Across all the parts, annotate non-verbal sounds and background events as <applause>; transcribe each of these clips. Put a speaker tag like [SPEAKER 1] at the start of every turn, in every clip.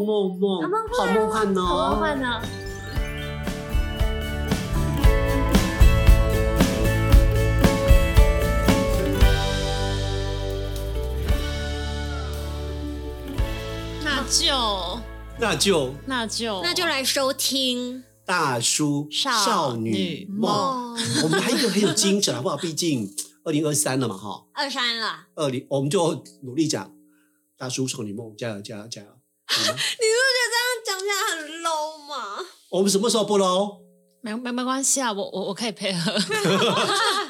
[SPEAKER 1] 好梦幻，
[SPEAKER 2] 好梦幻哦，
[SPEAKER 1] 好梦幻呢。
[SPEAKER 3] 那就
[SPEAKER 2] 那就
[SPEAKER 3] 那就
[SPEAKER 1] 那就来收听
[SPEAKER 2] 大叔
[SPEAKER 3] 少
[SPEAKER 2] 女
[SPEAKER 3] 女
[SPEAKER 2] 梦。
[SPEAKER 1] 梦
[SPEAKER 2] 我们还有一个很有精神，好不好？毕竟二零二三了嘛，哈，
[SPEAKER 1] 二三了，
[SPEAKER 2] 二零我们就努力讲大叔少女梦，加油加油加油！好吗
[SPEAKER 1] 这样讲起来很 low 吗？
[SPEAKER 2] 我们什么时候播喽？
[SPEAKER 3] 没没没关系啊，我我我可以配合，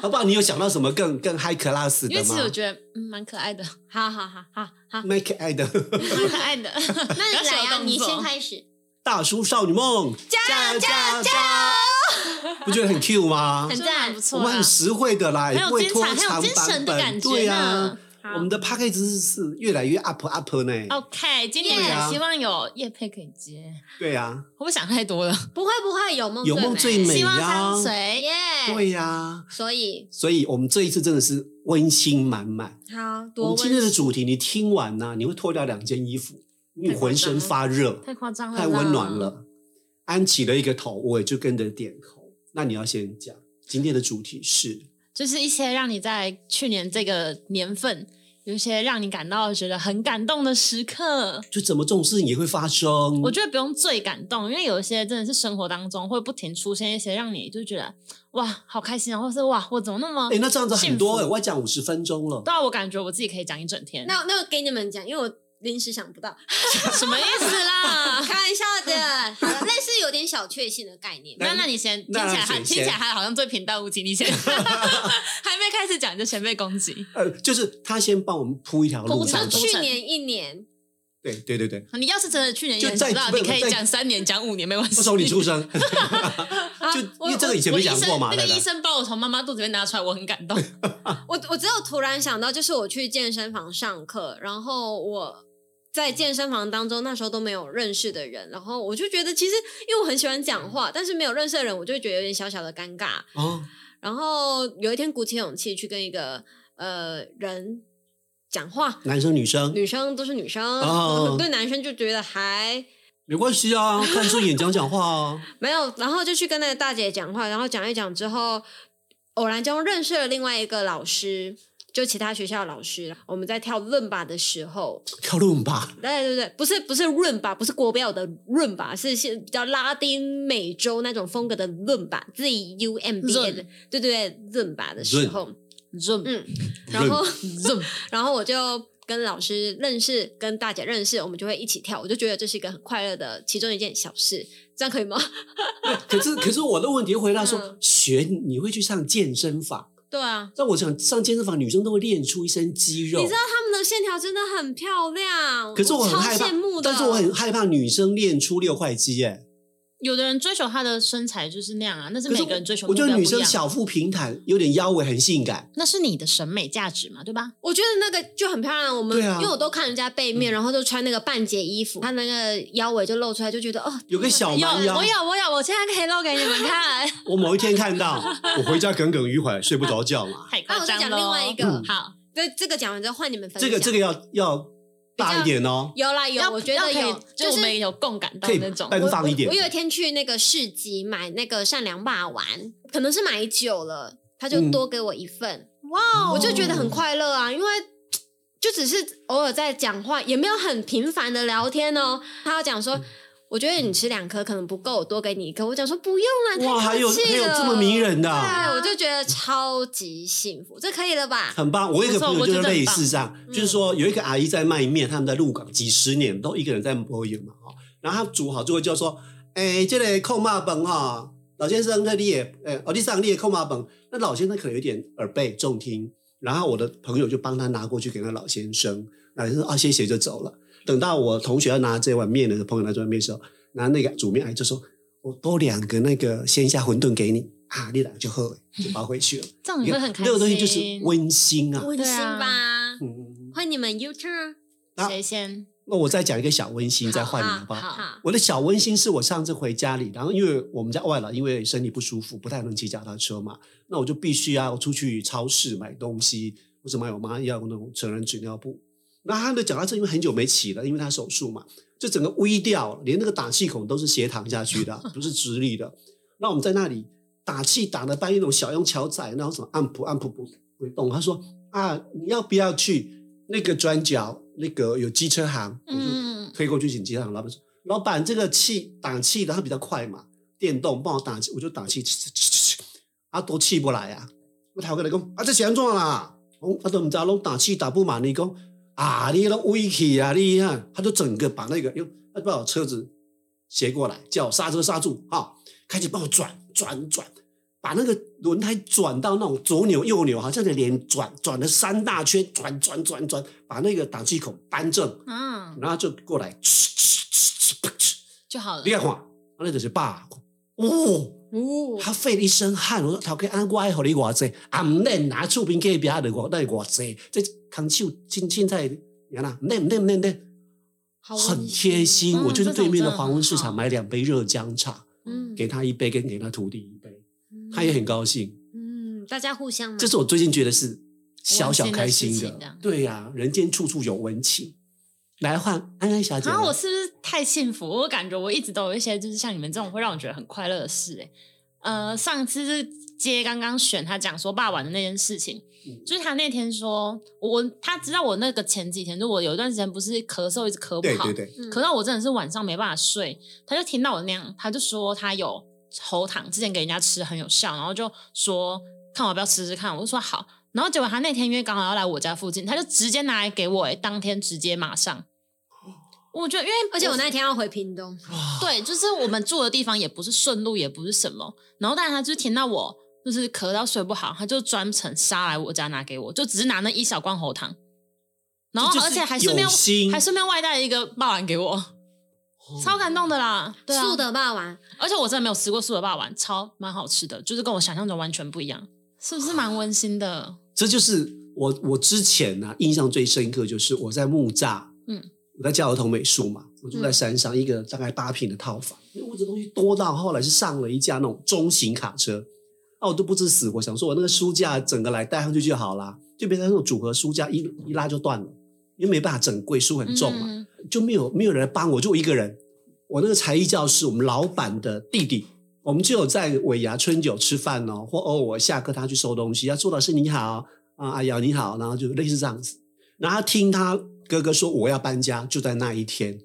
[SPEAKER 2] 好不好？你有想到什么更更 high class
[SPEAKER 3] <laughs> 因为
[SPEAKER 2] 的
[SPEAKER 3] 其实我
[SPEAKER 2] 吗？
[SPEAKER 3] 觉得嗯蛮可爱 <laughs> 的，
[SPEAKER 1] 好好好好
[SPEAKER 3] <laughs>
[SPEAKER 1] 好，
[SPEAKER 2] 蛮可爱哎的
[SPEAKER 3] 蛮可爱 <laughs> 的。
[SPEAKER 1] 那
[SPEAKER 3] 不要
[SPEAKER 1] 你
[SPEAKER 3] 小
[SPEAKER 1] 来啊，
[SPEAKER 3] 动
[SPEAKER 1] 你
[SPEAKER 3] 作
[SPEAKER 1] 先开始。
[SPEAKER 2] 大叔少女梦，加油加油加油！不觉得很 Q 吗？
[SPEAKER 1] 很
[SPEAKER 3] 真的蛮不
[SPEAKER 2] 我
[SPEAKER 3] 错啊
[SPEAKER 2] 们
[SPEAKER 3] 啦
[SPEAKER 2] 很。实惠的啦，也
[SPEAKER 3] 很有
[SPEAKER 2] 不会
[SPEAKER 3] 精
[SPEAKER 2] 拖
[SPEAKER 3] 神很有
[SPEAKER 2] 长
[SPEAKER 3] 精
[SPEAKER 2] 版
[SPEAKER 3] 神的
[SPEAKER 2] 本，
[SPEAKER 3] 感觉
[SPEAKER 2] 对呀、
[SPEAKER 3] 呢
[SPEAKER 1] 好
[SPEAKER 2] 我们的 p a c k a g e 是越来越 up up 呢。
[SPEAKER 3] 哦 OK，今
[SPEAKER 2] 对啊
[SPEAKER 3] 年希望有叶配可以接，
[SPEAKER 2] 对啊呀、
[SPEAKER 3] 我不想太多了。
[SPEAKER 1] 不会不会，有梦
[SPEAKER 2] 有梦最美
[SPEAKER 3] 希望
[SPEAKER 2] 呀
[SPEAKER 3] 相随，
[SPEAKER 1] 耶。
[SPEAKER 3] 哎
[SPEAKER 2] 对呀、
[SPEAKER 1] 所以
[SPEAKER 2] 所以我们这一次真的是温馨满满。
[SPEAKER 1] 好
[SPEAKER 2] 我
[SPEAKER 1] 多
[SPEAKER 2] 们
[SPEAKER 1] 温
[SPEAKER 2] 今天的主题，你听完呢、你会脱掉两件衣服，因为浑身发热，
[SPEAKER 3] 太夸张了，
[SPEAKER 2] 太温暖。了。安起了一个头，我也就跟着点头。那你要先讲今天的主题是
[SPEAKER 3] 就是一些让你在去年这个年份，有一些让你感到觉得很感动的时刻。
[SPEAKER 2] 就怎么这种事情也会发生？
[SPEAKER 3] 我觉得不用最感动，因为有一些真的是生活当中会不停出现一些让你就觉得哇好开心啊，或是哇我怎么那么……
[SPEAKER 2] 哎、那这样子很多
[SPEAKER 3] 幸
[SPEAKER 2] 哎、
[SPEAKER 3] 福
[SPEAKER 2] 我要讲五十分钟了。
[SPEAKER 3] 对啊，我感觉我自己可以讲一整天。
[SPEAKER 1] 那那我给你们讲，因为我临时想不到，
[SPEAKER 3] 什么意思
[SPEAKER 2] <laughs>
[SPEAKER 3] 啦？
[SPEAKER 1] 开玩笑的，好了类似有点小确幸的概念。
[SPEAKER 3] 那那你先听起
[SPEAKER 2] 那
[SPEAKER 3] 来还
[SPEAKER 2] 谁
[SPEAKER 3] 听起
[SPEAKER 2] 先
[SPEAKER 3] 来还好像最平淡无奇，
[SPEAKER 2] <laughs>
[SPEAKER 3] 你先还没开始讲就先被攻击，
[SPEAKER 2] 呃，就是他先帮我们铺一条路
[SPEAKER 3] 铺
[SPEAKER 1] 你
[SPEAKER 2] 这
[SPEAKER 1] 说
[SPEAKER 2] 样
[SPEAKER 3] 成
[SPEAKER 2] 子
[SPEAKER 3] 铺
[SPEAKER 1] 去年一年，
[SPEAKER 2] 对对对对，
[SPEAKER 3] <laughs> <laughs> 你要是真的去年
[SPEAKER 2] 就
[SPEAKER 3] 也
[SPEAKER 2] 在
[SPEAKER 3] 知道，
[SPEAKER 2] 不
[SPEAKER 3] 你可以
[SPEAKER 2] 在
[SPEAKER 3] 讲三年、讲五年没关系。
[SPEAKER 2] 不从你出生，就
[SPEAKER 3] <laughs> 啊我
[SPEAKER 2] 因为这个以前没讲过嘛，
[SPEAKER 3] 我
[SPEAKER 2] 对不
[SPEAKER 3] 医生那个医
[SPEAKER 2] 对？
[SPEAKER 3] 生把我从妈妈肚子里面拿出来，我
[SPEAKER 2] <laughs>
[SPEAKER 3] 很感动。
[SPEAKER 1] 我我只有突然想到，就是我去健身房上课，然后我在健身房当中那时候都没有认识的人，然后我就觉得其实因为我很喜欢讲话，但是没有认识的人，我就会觉得有点小小的尴尬。
[SPEAKER 2] 哦，
[SPEAKER 1] 然后有一天鼓起勇气去跟一个呃人讲话，
[SPEAKER 2] 男生女生
[SPEAKER 1] 女生都是女生，
[SPEAKER 2] 哦
[SPEAKER 1] <laughs> 对男生就觉得还
[SPEAKER 2] 没关系
[SPEAKER 3] <laughs>
[SPEAKER 2] 啊，看顺眼讲讲话啊。
[SPEAKER 1] 没有，然后就去跟那个大姐讲话，然后讲一讲之后，偶然中认识了另外一个老师，就其他学校的老师。我们在跳论吧的时候，
[SPEAKER 2] 跳论
[SPEAKER 3] <laughs>
[SPEAKER 2] 吧，
[SPEAKER 1] 对对对，不是不是润吧，不是国标的润吧，是是比较拉丁美洲那种风格的润吧，Z U M B A 的
[SPEAKER 3] 润，
[SPEAKER 1] 对对对，润吧的时候，
[SPEAKER 3] Zoom
[SPEAKER 1] 嗯，然后
[SPEAKER 3] Zoom，
[SPEAKER 1] 然后我就。跟老师认识，跟大姐认识，我们就会一起跳。我就觉得这是一个很快乐的其中一件小事，这样可以吗？
[SPEAKER 2] 可是可是我的问题回答说
[SPEAKER 1] 嗯，
[SPEAKER 2] 学你会去上健身房，
[SPEAKER 1] 对啊，
[SPEAKER 2] 但我想上健身房女生都会练出一身肌肉
[SPEAKER 1] 你知，道他们的线条真的很漂亮，
[SPEAKER 2] 可是
[SPEAKER 1] 我
[SPEAKER 2] 很害
[SPEAKER 1] 超
[SPEAKER 2] 怕
[SPEAKER 1] 羡慕，的。
[SPEAKER 2] 但是我很害怕女生练出六块肌哎。
[SPEAKER 3] 有的人追求他的身材就是那样啊，那是
[SPEAKER 2] 可是
[SPEAKER 3] 每个人追求
[SPEAKER 2] 我
[SPEAKER 3] 目
[SPEAKER 2] 觉
[SPEAKER 3] 标
[SPEAKER 2] 得
[SPEAKER 3] 不
[SPEAKER 2] 女
[SPEAKER 3] 一
[SPEAKER 2] 生
[SPEAKER 3] 样。啊
[SPEAKER 2] 小腹平坦，有点腰围很性感，
[SPEAKER 3] 那是你的审美价值嘛，对吧？
[SPEAKER 1] 我觉得那个就很漂亮。我们、
[SPEAKER 2] 对啊
[SPEAKER 1] 因为我都看人家背面，然后就穿那个半截衣服，她那个腰围就露出来，就觉得哦，
[SPEAKER 2] 有个小
[SPEAKER 3] 有，
[SPEAKER 2] 蛮腰
[SPEAKER 3] 我。有，我有，我现在可以露给你们 <laughs> 看。
[SPEAKER 2] 我某一天看到，我回家耿耿于怀，睡不着觉嘛。
[SPEAKER 3] 太
[SPEAKER 1] <laughs> 那
[SPEAKER 3] 夸
[SPEAKER 1] 我再
[SPEAKER 3] 张
[SPEAKER 1] 讲
[SPEAKER 3] 了。
[SPEAKER 1] 另外一个
[SPEAKER 2] 嗯
[SPEAKER 3] 好，
[SPEAKER 1] 这这个讲完之后换你们分
[SPEAKER 2] 这
[SPEAKER 1] 享。
[SPEAKER 2] 个这个要要大一点哦，
[SPEAKER 1] 有啦有，
[SPEAKER 3] 要
[SPEAKER 1] 我觉得
[SPEAKER 3] 要
[SPEAKER 1] 有
[SPEAKER 3] 可以，
[SPEAKER 1] 就
[SPEAKER 3] 就我
[SPEAKER 1] 是
[SPEAKER 3] 们有共感到
[SPEAKER 2] 可以
[SPEAKER 3] 那种。
[SPEAKER 2] 奔
[SPEAKER 1] 我
[SPEAKER 2] 放一点
[SPEAKER 1] 我。我有一天去那个市集买那个善良霸丸，可能是买久了，他就
[SPEAKER 2] 嗯
[SPEAKER 1] 多给我一份，
[SPEAKER 3] 哇哦
[SPEAKER 1] 我就觉得很快乐啊，因为。就只是偶尔在讲话，也没有很频繁的聊天哦。他要讲
[SPEAKER 2] 嗯
[SPEAKER 1] 说，我觉得你吃两颗可能不够，我多给你一颗。我讲说不用了，
[SPEAKER 2] 哇，还
[SPEAKER 1] 太
[SPEAKER 2] 有
[SPEAKER 1] 客
[SPEAKER 2] 还
[SPEAKER 1] 气
[SPEAKER 2] 有
[SPEAKER 1] 了。
[SPEAKER 2] 这么迷人的啊、
[SPEAKER 1] 对，我就觉得超级幸福，这可以了
[SPEAKER 2] <laughs>
[SPEAKER 1] 吧？
[SPEAKER 2] 很棒。我有一个
[SPEAKER 3] 不错
[SPEAKER 2] 朋友
[SPEAKER 3] 我
[SPEAKER 2] 就
[SPEAKER 3] 觉
[SPEAKER 2] 是
[SPEAKER 3] 得很
[SPEAKER 2] 类
[SPEAKER 3] 棒嗯
[SPEAKER 2] 似这样，就是说有一个阿姨在卖面，他们在鹿港几十年都一个人在摸鱼嘛，哦，然后她煮好之后就说：“哎、这个扣麻本哈，老先生这里也，哎、我地上你也扣麻本。”那老先生可能有点耳背重听，然后我的朋友就帮他拿过去给那老先生，老先生啊谢谢就走了。等到我同学要拿这碗面的时候，朋友拿这碗面的时候，拿那个煮面阿姨就说：“我多两个那个鲜虾馄饨给你啊，你俩就喝，就包回去了。”
[SPEAKER 3] 这样你嗯会很开心。
[SPEAKER 2] 这个东西就是温馨啊。
[SPEAKER 1] 温馨
[SPEAKER 3] 对
[SPEAKER 1] 吧？
[SPEAKER 2] 嗯，
[SPEAKER 1] 换你们 U turn，
[SPEAKER 2] 啊
[SPEAKER 3] 谁先？
[SPEAKER 2] 那我再讲一个小温馨，再换你好不好？
[SPEAKER 3] 好啊
[SPEAKER 1] 好，
[SPEAKER 2] 我的小温馨是我上次回家里，然后因为我们家外老因为身体不舒服，不太能骑脚踏车嘛，那我就必须要出去超市买东西，或者买我妈要那种成人纸尿布。然后他的脚踏车因为很久没骑了，因为他手术嘛，就整个微掉，连那个打气孔都是斜躺下去的，不是直立的。那我们在那里打气打了半夜那种小用桥仔，然后什么按普按普不会动。他说啊，你要不要去那个转角那个有机车行？我就
[SPEAKER 3] 嗯，
[SPEAKER 2] 推过去请机车行老板说，老板这个气打气的它比较快嘛，电动帮我打气，我就打气，啊都气不来啊。我头个来讲，啊这是安怎啦？我啊都唔知道，拢打气打不满，你讲啊你拢威气啊你啊，他就整个把那个用他就把我车子斜过来，叫我刹车刹住啊、开始帮我转转转，把那个轮胎转到那种左扭右扭，好像在连转转了三大圈，转转转转，把那个打气孔扳正。
[SPEAKER 3] 啊，
[SPEAKER 2] 然后就过来，嗤嗤嗤嗤嗤
[SPEAKER 3] 就好了
[SPEAKER 2] 你。看看，啊那就是爸，哦，
[SPEAKER 1] 哦，
[SPEAKER 2] 他费了一身汗，我说头家，啊，我爱互你偌济，啊，毋免拿厝边隔壁的偌，那偌济，这空手青青菜，你看啦，毋免毋免毋免免，
[SPEAKER 1] 好温
[SPEAKER 2] 很贴
[SPEAKER 1] 馨，
[SPEAKER 2] 心。
[SPEAKER 3] 嗯
[SPEAKER 2] 我就
[SPEAKER 3] 这
[SPEAKER 2] 去对
[SPEAKER 3] 种
[SPEAKER 2] 面
[SPEAKER 3] 真
[SPEAKER 2] 的
[SPEAKER 3] 的
[SPEAKER 2] 黄
[SPEAKER 3] 很
[SPEAKER 2] 昏市
[SPEAKER 3] 好
[SPEAKER 2] 场买两杯热姜茶，
[SPEAKER 1] 嗯，
[SPEAKER 2] 给他一杯，跟给他徒弟一杯，他也很高兴。
[SPEAKER 1] 嗯，大家互相嘛，
[SPEAKER 2] 这是我最近觉得是小小
[SPEAKER 3] 温馨的
[SPEAKER 2] 开
[SPEAKER 3] 事
[SPEAKER 2] 心
[SPEAKER 3] 情啊这
[SPEAKER 2] 的
[SPEAKER 3] 样，
[SPEAKER 2] 对呀，人间处处有温情。来换安安小姐
[SPEAKER 3] 然
[SPEAKER 2] 来，
[SPEAKER 3] 啊后我是不是太幸福？我感觉我一直都有一些就是像你们这种会让我觉得很快乐的事、欸。呃，上次是接刚刚选他讲说霸王的那件事情，
[SPEAKER 2] 嗯
[SPEAKER 3] 就是他那天说我他知道我那个前几天就我有一段时间不是咳嗽一直咳不
[SPEAKER 2] 对
[SPEAKER 3] 好，
[SPEAKER 2] 对对，
[SPEAKER 1] 嗯
[SPEAKER 3] 咳到我真的是晚上没办法睡，他就听到我那样，他就说他有喉糖，之前给人家吃很有效，然后就说看我要不要吃吃看，我就说好，然后结果他那天因为刚好要来我家附近，他就直接拿来给我、欸，当天直接马上。我觉得，因为
[SPEAKER 1] 哦而且我那天要回屏东，
[SPEAKER 2] 哇
[SPEAKER 3] 对，就是我们住的地方也不是顺路，也不是什么。然后，但是他就是听到我就是咳到睡不好，他就专程杀来我家拿给我，就只是拿那一小罐喉糖，然
[SPEAKER 2] 这就
[SPEAKER 3] 后
[SPEAKER 2] 是
[SPEAKER 3] 而且还
[SPEAKER 2] 有
[SPEAKER 3] 顺便
[SPEAKER 2] 心哦
[SPEAKER 3] 还顺便外带了一个霸丸给我，超感动的啦。对啊
[SPEAKER 1] 素，的霸王，
[SPEAKER 3] 而且我真的没有吃过素的霸丸，超蛮好吃的，就是跟我想象中完全不一样，是不是蛮温馨的？
[SPEAKER 2] 这就是我我之前呢、印象最深刻就是我在木栅，
[SPEAKER 3] 嗯，
[SPEAKER 2] 我在教儿童美术嘛，我住在山上一个大概八平的套房，因为屋子东西多到后来是上了一架那种中型卡车，啊，我都不知死活，想说我那个书架整个来带上去就好啦，就变成那种组合书架一一拉就断了，因为没办法整柜书很重啊嘛，
[SPEAKER 3] 嗯
[SPEAKER 2] 就没有没有人来帮我，就我一个人。我那个才艺教室，我们老板的弟弟，我们只有在尾牙春酒吃饭哦，或偶尔下课他去收东西，要做老师你好啊，阿瑶你好，然后就类似这样子。然后他听他哥哥说我要搬家，就在那一天，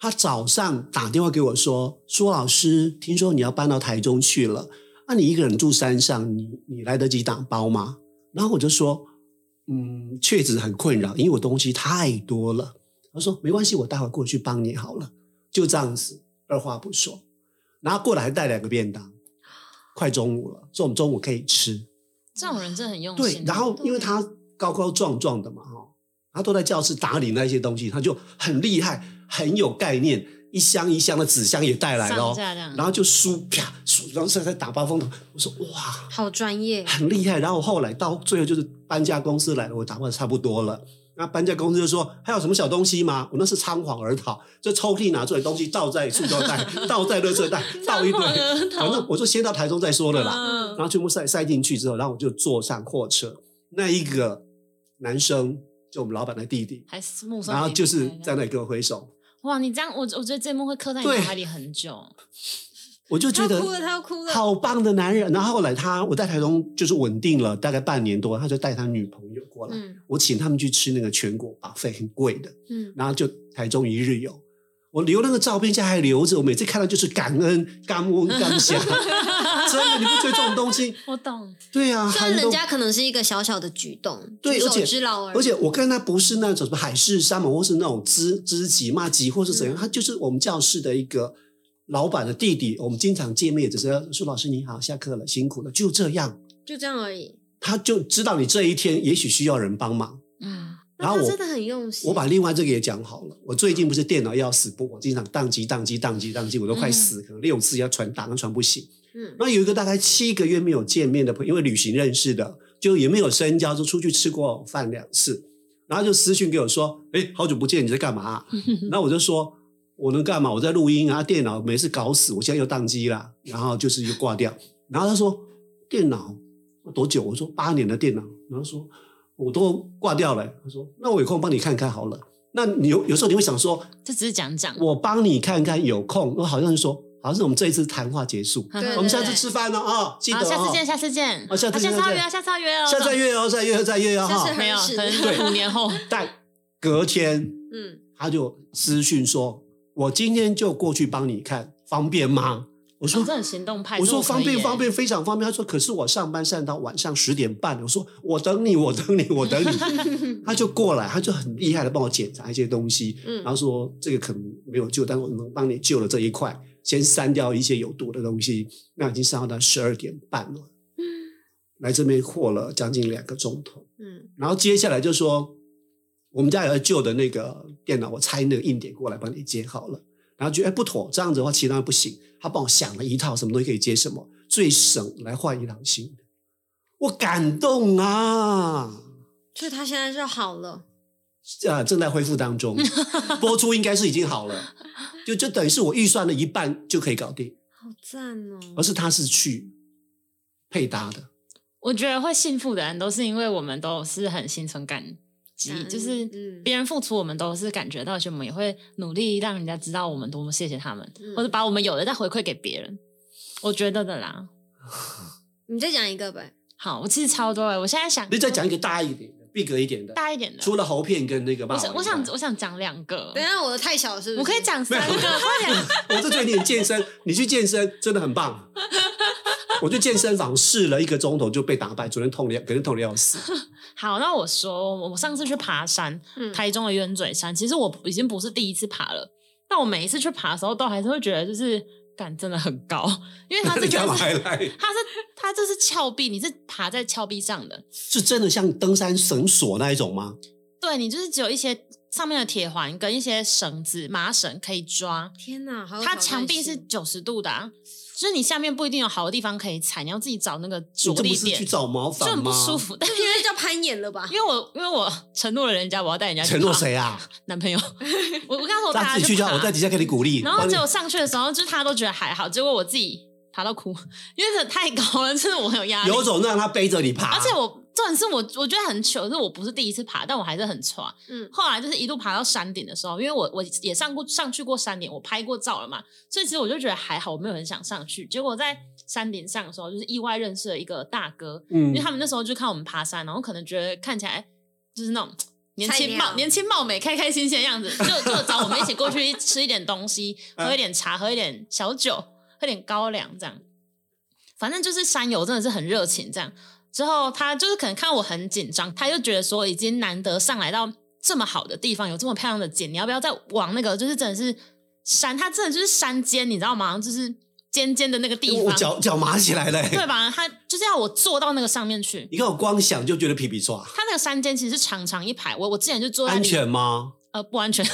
[SPEAKER 2] 他早上打电话给我说：“苏老师，听说你要搬到台中去了，那、你一个人住山上，你你来得及打包吗？”然后我就说：“嗯，确实很困扰，因为我东西太多了。”他说：“没关系，我待会过去帮你好了。”就这样子，二话不说，然后过来还带两个便当，
[SPEAKER 3] 啊
[SPEAKER 2] 快中午了，说我们中午可以吃。
[SPEAKER 3] 这种人真的很用
[SPEAKER 2] 对
[SPEAKER 3] 心。，
[SPEAKER 2] 然后因为他高高壮壮的嘛，哈，他都在教室打理那些东西，他就很厉害，很有概念，一箱一箱的纸箱也带来了
[SPEAKER 3] 上
[SPEAKER 2] 哦，
[SPEAKER 3] 架这样，
[SPEAKER 2] 然后就书啪书，然后再再打包风筒，我说哇，
[SPEAKER 1] 好专业，啊
[SPEAKER 2] 很厉害。然后后来到最后就是搬家公司来了，我打包的差不多了。那搬家公司就说还有什么小东西吗？我那是仓皇而逃，这抽屉拿出来东西倒在塑胶袋，
[SPEAKER 3] <laughs>
[SPEAKER 2] 倒在垃圾袋，倒一堆
[SPEAKER 3] 仓皇 <laughs>
[SPEAKER 2] 反
[SPEAKER 3] 而，逃
[SPEAKER 2] 正我就先到台中再说了啦。
[SPEAKER 3] 啊嗯
[SPEAKER 2] 然后全部塞塞进去之后，然后我就坐上货车。那一个男生，就我们老板的弟弟，
[SPEAKER 3] 还是目送
[SPEAKER 2] 然后
[SPEAKER 3] 你
[SPEAKER 2] 就是
[SPEAKER 3] 离开
[SPEAKER 2] 在那里跟我挥手，
[SPEAKER 3] 哇，你这样，我我觉得这幕会刻在你
[SPEAKER 2] 对
[SPEAKER 3] 脑海里很久。
[SPEAKER 2] 我就
[SPEAKER 1] 他
[SPEAKER 2] 觉
[SPEAKER 1] 要
[SPEAKER 2] 得
[SPEAKER 1] 哭了，他要哭了，
[SPEAKER 2] 好棒的男人。然后后来他，我在台中就是稳定了大概半年多，他就带他女朋友过来，
[SPEAKER 1] 嗯
[SPEAKER 2] 我请他们去吃那个全国把费，很贵的，
[SPEAKER 1] 嗯，
[SPEAKER 2] 然后就台中一日游。我留那个照片，现在还留着。我每次看到就是感恩、感恩、感
[SPEAKER 1] <laughs>
[SPEAKER 2] 谢。真的，你不觉得这种东西？
[SPEAKER 3] <laughs> 我懂，
[SPEAKER 2] 对啊，
[SPEAKER 1] 虽然
[SPEAKER 2] 寒
[SPEAKER 1] 人
[SPEAKER 2] 冬
[SPEAKER 1] 家可能是一个小小的举动，
[SPEAKER 2] 对
[SPEAKER 1] 举手
[SPEAKER 2] 而且
[SPEAKER 1] 之劳而已，
[SPEAKER 2] 而且我看他不是那种什么海誓山盟，或是那种知知己骂己，或是
[SPEAKER 1] 嗯
[SPEAKER 2] 怎样，他就是我们教室的一个老板的弟弟，我们经常见面，只是说老师你好，下课了，辛苦了，就这样，
[SPEAKER 1] 就这样而已。
[SPEAKER 2] 他就知道你这一天也许需要人帮忙。
[SPEAKER 3] 嗯，
[SPEAKER 1] 那
[SPEAKER 2] 然后
[SPEAKER 1] 他
[SPEAKER 2] 我
[SPEAKER 1] 真的很用心，
[SPEAKER 2] 我把另外这个也讲好了，我最近不是电脑要死不活，经常宕机、宕机、宕机、宕机，我都快死，可能六次要传档，传不醒。
[SPEAKER 1] 嗯
[SPEAKER 2] 那有一个大概七个月没有见面的朋友，因为旅行认识的，就也没有深交，就出去吃过饭两次，然后就私讯给我说：“哎，好久不见，你在干嘛、然后我就说：“我能干嘛？我在录音啊，电脑每次搞死，我现在又宕机啦。”然后就是又挂掉。然后他说：“电脑多久？”我说：“八年的电脑。”然后说：“我都挂掉了。他说那我有空帮你看看好了。那你有有时候你会想说，
[SPEAKER 3] 这只是讲讲。
[SPEAKER 2] 我帮你看看有空，我好像是说，好像是我们这一次谈话结束，
[SPEAKER 3] 呵呵
[SPEAKER 1] 对
[SPEAKER 2] 我们下次吃饭了啊，记得
[SPEAKER 3] 好，
[SPEAKER 2] 哦，
[SPEAKER 3] 下次见，下次见，
[SPEAKER 2] 哦下次
[SPEAKER 3] 啊
[SPEAKER 2] 见
[SPEAKER 3] 下次
[SPEAKER 2] 下
[SPEAKER 3] 要
[SPEAKER 2] 次
[SPEAKER 3] 约哦，
[SPEAKER 2] 见
[SPEAKER 3] 下次要约
[SPEAKER 2] 下
[SPEAKER 3] 哦，
[SPEAKER 2] 次再约哦，再约哦，再约哦
[SPEAKER 1] 下次
[SPEAKER 2] 哈。
[SPEAKER 3] 没有，
[SPEAKER 1] 是
[SPEAKER 3] 可能五年后，
[SPEAKER 2] 但隔天
[SPEAKER 1] 嗯，
[SPEAKER 2] 他就私讯说，我今天就过去帮你看，方便吗？我说
[SPEAKER 3] 我哦这很行动派，
[SPEAKER 2] 我
[SPEAKER 3] 这
[SPEAKER 2] 说
[SPEAKER 3] 可
[SPEAKER 2] 方便
[SPEAKER 3] 以
[SPEAKER 2] 方
[SPEAKER 3] 耶，
[SPEAKER 2] 便非常方便。他说可是我上班上到晚上十点半，我说我等你，我等你，我等你。他就过来，他就很厉害的帮我检查一些东西，
[SPEAKER 1] 嗯
[SPEAKER 2] 然后说这个可能没有救，但我能帮你救了这一块，先删掉一些有毒的东西。那已经上到十二点半了，来这边过了将近两个钟头。
[SPEAKER 1] 嗯
[SPEAKER 2] 然后接下来就说，我们家有旧的那个电脑，我拆那个硬碟过来帮你接好了。然后觉得哎不妥，这样子的话其他人不行。他帮我想了一套什么东西可以接什么，最省来换一趟新的，我感动啊！
[SPEAKER 1] 所以他现在就好了，
[SPEAKER 2] 啊，正在恢复当中，播出应该是已经好了，就就等于是我预算的一半就可以搞定，
[SPEAKER 1] 好赞哦！
[SPEAKER 2] 而是他是去配搭的，
[SPEAKER 3] 我觉得会幸福的人都是因为我们都是很心存感
[SPEAKER 1] 感
[SPEAKER 3] 激，
[SPEAKER 1] 恩
[SPEAKER 3] 就是
[SPEAKER 1] 嗯
[SPEAKER 3] 别人付出我们都是感觉到，而且我们也会努力让人家知道我们多么谢谢他们，
[SPEAKER 1] 嗯
[SPEAKER 3] 或者把我们有的再回馈给别人。我觉得的啦。
[SPEAKER 1] 你再讲一个呗，
[SPEAKER 3] 好，我其实超多哎，我现在想
[SPEAKER 2] 你再讲一个大一点的、逼格一点的，
[SPEAKER 3] 大一点的，
[SPEAKER 2] 除了喉片跟那个
[SPEAKER 3] 我
[SPEAKER 2] 吧，
[SPEAKER 3] 想我想我想讲两个，
[SPEAKER 1] 等一下我的太小是不是？
[SPEAKER 3] 我可以，讲三个， <laughs> 快点。
[SPEAKER 2] 我就觉得你很健身，你去健身真的很棒。我去健身房试了一个钟头就被打败，昨天痛的，肯定痛的要死。
[SPEAKER 3] 好，那我说，我上次去爬山，
[SPEAKER 1] 嗯
[SPEAKER 3] 台中的鸢嘴山，其实我已经不是第一次爬了，但我每一次去爬的时候，都还是会觉得就是感真的很高，因为
[SPEAKER 2] <laughs>
[SPEAKER 3] 它这
[SPEAKER 2] 你干嘛
[SPEAKER 3] 个
[SPEAKER 2] 还
[SPEAKER 3] 是。 <laughs>
[SPEAKER 2] 来？
[SPEAKER 3] 它是它这是峭壁，你是爬在峭壁上的，
[SPEAKER 2] 是真的像登山绳索那一种吗？
[SPEAKER 3] 对你就是只有一些上面的铁环跟一些绳子、麻绳可以抓。
[SPEAKER 1] 天哪，好有挑
[SPEAKER 3] 它
[SPEAKER 1] 战
[SPEAKER 3] 墙壁是
[SPEAKER 1] 性
[SPEAKER 3] 九十度的、啊，就是你下面不一定有好的地方可以踩，你要自己找那个着
[SPEAKER 2] 你这不
[SPEAKER 3] 力
[SPEAKER 2] 是去
[SPEAKER 3] 点，
[SPEAKER 2] 找麻
[SPEAKER 3] 就
[SPEAKER 2] 烦
[SPEAKER 3] 很
[SPEAKER 2] 吗
[SPEAKER 3] 不？舒服。 <laughs> 但
[SPEAKER 1] 这应该叫攀岩了吧
[SPEAKER 3] 因？为我因为我承诺了人家，我要带人家去
[SPEAKER 2] 承诺
[SPEAKER 3] 爬
[SPEAKER 2] 谁啊？
[SPEAKER 3] 男朋友， <laughs> 我我跟他说哦大
[SPEAKER 2] 他
[SPEAKER 3] 家
[SPEAKER 2] 自己去就好，
[SPEAKER 3] 爬
[SPEAKER 2] 我在底下给你鼓励。
[SPEAKER 3] 然后结果上去的时候，就是他都觉得还好，结果我自己爬到哭，因为这太高了，真的我很有压力。
[SPEAKER 2] 有种让他背着你爬，
[SPEAKER 3] 而且我重点是我我觉得很糗，是我不是第一次爬，但我还是很糗啊。
[SPEAKER 1] 嗯
[SPEAKER 3] 后来就是一路爬到山顶的时候，因为我我也上过上去过山顶，我拍过照了嘛，所以其实我就觉得还好，我没有很想上去。结果在山顶上的时候，就是意外认识了一个大哥，
[SPEAKER 2] 嗯
[SPEAKER 3] 因为，他们那时候就看我们爬山，然后可能觉得看起来就是那种年轻
[SPEAKER 1] 菜
[SPEAKER 3] 貌
[SPEAKER 1] 鸟
[SPEAKER 3] 年轻貌美、开开心心的样子，就就找我们一起
[SPEAKER 1] <laughs>
[SPEAKER 3] 过去吃一点东西，
[SPEAKER 2] 嗯
[SPEAKER 3] 喝一点茶，喝一点小酒，喝点高粱这样。反正就是山友真的是很热情这样。之后他就是可能看我很紧张，他就觉得说已经难得上来到这么好的地方，有这么漂亮的景，你要不要再往那个就是真的是山，它真的就是山尖，你知道吗？就是尖尖的那个地
[SPEAKER 2] 我
[SPEAKER 3] 方，
[SPEAKER 2] 脚脚麻起来了、
[SPEAKER 3] 对吧？他就是要我坐到那个上面去。
[SPEAKER 2] 你看我光想就觉得皮皮抓，
[SPEAKER 3] 它那个山间其实是长长一排，我我之前就坐在
[SPEAKER 2] 安
[SPEAKER 3] 里
[SPEAKER 2] 全
[SPEAKER 3] <laughs>
[SPEAKER 2] 吗？
[SPEAKER 3] 呃不安全，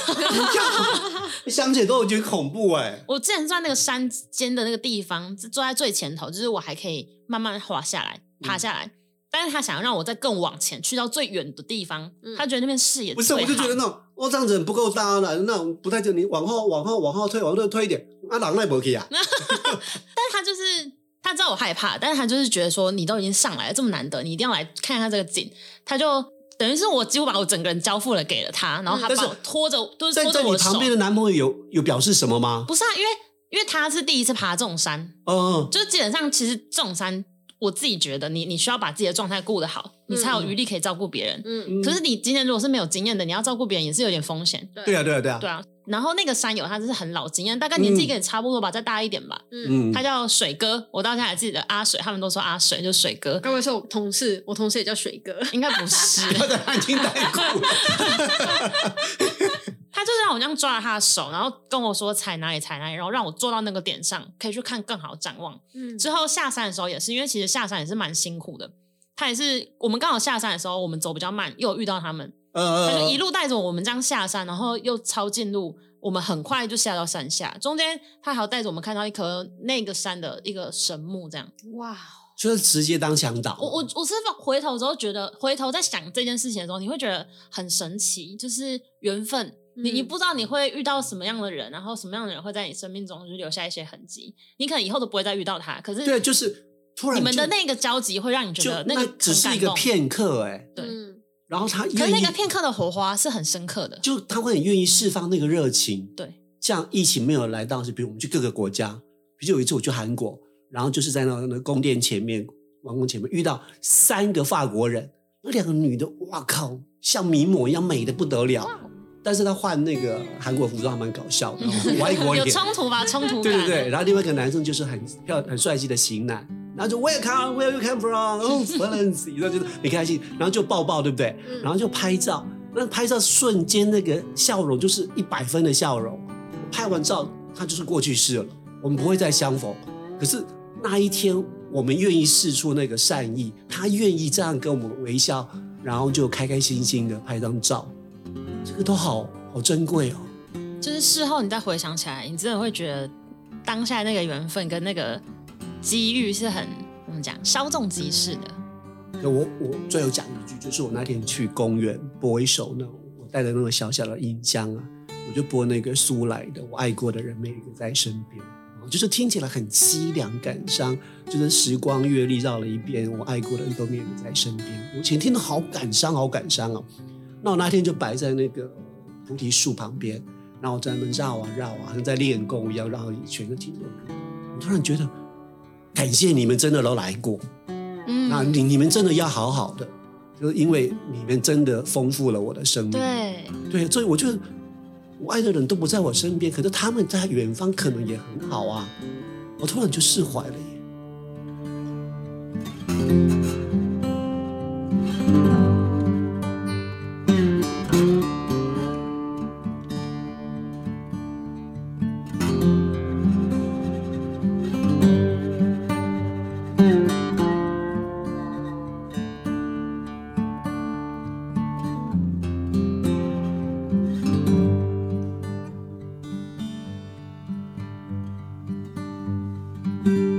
[SPEAKER 2] 想起来都有点恐怖哎、
[SPEAKER 3] 我之前坐在那个山间的那个地方，是坐在最前头，就是我还可以慢慢滑下来、爬下
[SPEAKER 2] 嗯
[SPEAKER 3] 来。但是他想要让我再更往前，去到最远的地方，
[SPEAKER 1] 嗯
[SPEAKER 3] 他觉得那边视野
[SPEAKER 2] 不是，我
[SPEAKER 3] 最
[SPEAKER 2] 就觉
[SPEAKER 3] 好
[SPEAKER 2] 得那种哦，这样子很不够搭了，那种不太就你往后、往后、往后退，往后退一点，啊，狼来不去啊，
[SPEAKER 3] 但是他就是他知道我害怕，但是他就是觉得说你都已经上来了，这么难得，你一定要来看看这个景。他就等于是我几乎把我整个人交付了给了他，然后他
[SPEAKER 2] 嗯但是
[SPEAKER 3] 把我拖着，都是
[SPEAKER 2] 在
[SPEAKER 3] 拖
[SPEAKER 2] 在
[SPEAKER 3] 着
[SPEAKER 2] 你
[SPEAKER 3] 我的
[SPEAKER 2] 旁
[SPEAKER 3] 手。
[SPEAKER 2] 边的男朋友有有表示什么吗？
[SPEAKER 3] 不是啊，因为因为他是第一次爬这种山，
[SPEAKER 2] 嗯，
[SPEAKER 3] 就是基本上，其实这种山，我自己觉得你你需要把自己的状态顾得好，你才有余力可以照顾别人。
[SPEAKER 1] 嗯，
[SPEAKER 2] 嗯
[SPEAKER 3] 可是你今天如果是没有经验的，你要照顾别人也是有点风险。
[SPEAKER 2] 对啊，对啊，对啊，
[SPEAKER 3] 对啊，然后那个山友他就是很老经验，大概年纪跟你差不多吧，再大一点吧。
[SPEAKER 2] 嗯
[SPEAKER 3] 他，叫水哥，我到现在还记得阿水，他们都说阿水就是水哥，
[SPEAKER 1] 该不会是我同事？我同事也叫水哥，
[SPEAKER 3] 应该不是。
[SPEAKER 2] 他在汗巾带
[SPEAKER 3] <laughs>
[SPEAKER 2] 裤，
[SPEAKER 3] 他就是让我这样抓着他的手，然后跟我说踩哪里踩哪里，然后让我坐到那个点上，可以去看更好的展望。
[SPEAKER 1] 嗯
[SPEAKER 3] 之后下山的时候也是，因为其实下山也是蛮辛苦的。他也是，我们刚好下山的时候，我们走比较慢，又有遇到他们，他就
[SPEAKER 2] 呃
[SPEAKER 3] 一，路带着我们这样下山，然后又抄近路，我们很快就下到山下。中间他还要带着我们看到一棵那个山的一个神木，这样。
[SPEAKER 1] 哇，哦
[SPEAKER 2] 就是直接当强导。
[SPEAKER 3] 我我我是回头之后觉得，回头在想这件事情的时候，你会觉得很神奇，就是缘分。你
[SPEAKER 1] 嗯
[SPEAKER 3] 你不知道你会遇到什么样的人，然后什么样的人会在你生命中就留下一些痕迹，你可能以后都不会再遇到他。可是
[SPEAKER 2] 对，就是突然
[SPEAKER 3] 你们的
[SPEAKER 2] 就
[SPEAKER 3] 那个交集会让你觉
[SPEAKER 2] 就
[SPEAKER 3] 得
[SPEAKER 2] 那
[SPEAKER 3] 个
[SPEAKER 2] 只
[SPEAKER 3] 很
[SPEAKER 2] 是
[SPEAKER 3] 感
[SPEAKER 2] 一个
[SPEAKER 3] 动
[SPEAKER 2] 片刻哎、
[SPEAKER 3] 对
[SPEAKER 1] 嗯
[SPEAKER 2] 然后他
[SPEAKER 3] 可
[SPEAKER 2] 愿
[SPEAKER 3] 是那
[SPEAKER 2] 意
[SPEAKER 3] 个，片刻的火花是很深刻的，
[SPEAKER 2] 就他会很愿意释放那个热情。
[SPEAKER 3] 对，
[SPEAKER 2] 像疫情没有来到，是比如我们去各个国家，比如有一次我去韩国，然后就是在那那个宫殿前面、王宫前面遇到三个法国人，那两个女的，哇靠，像名模一样美的不得了。
[SPEAKER 3] 哦
[SPEAKER 2] 但是她换那个韩国服装还蛮搞笑
[SPEAKER 3] <laughs>
[SPEAKER 2] 的，外国
[SPEAKER 3] 有
[SPEAKER 2] 脸，
[SPEAKER 3] 冲
[SPEAKER 2] <laughs>
[SPEAKER 3] 突吧？冲突感，
[SPEAKER 2] 对对对。然后另外一个男生就是很漂很帅气的型男，然后就 Welcome where you come from，哦 Florence，然后就很开心，然后就抱抱，对不对？
[SPEAKER 1] 嗯
[SPEAKER 2] 然后就拍照，那拍照瞬间那个笑容就是一百分的笑容，拍完照他就是过去式了，我们不会再相逢。可是那一天，我们愿意试出那个善意，他愿意这样跟我们微笑，然后就开开心心的拍张照，这个都好好珍贵哦。
[SPEAKER 3] 就是事后你再回想起来，你真的会觉得当下那个缘分跟那个机遇是很怎么讲，稍纵即逝的。
[SPEAKER 2] 那我我最后讲一句，就是我那天去公园播一首那种我带的那种小小的音箱啊，我就播那个苏来的《我爱过的人没有一个在身边》，哦就是听起来很凄凉感伤，就是时光阅历绕了一遍，我爱过的人都没有一个在身边。我以前听的好感伤，好感伤哦。那我那天就摆在那个菩提树旁边，然后在那边绕啊绕啊，好像在练功一样绕一圈，就听这首歌。我突然觉得，感谢你们真的都来过。那
[SPEAKER 3] 嗯，
[SPEAKER 2] 你你们真的要好好的，就是因为你们真的丰富了我的生命。
[SPEAKER 3] 对，
[SPEAKER 2] 对，所以我觉得我爱的人都不在我身边，可是他们在远方可能也很好啊。我突然就释怀了耶。
[SPEAKER 4] thank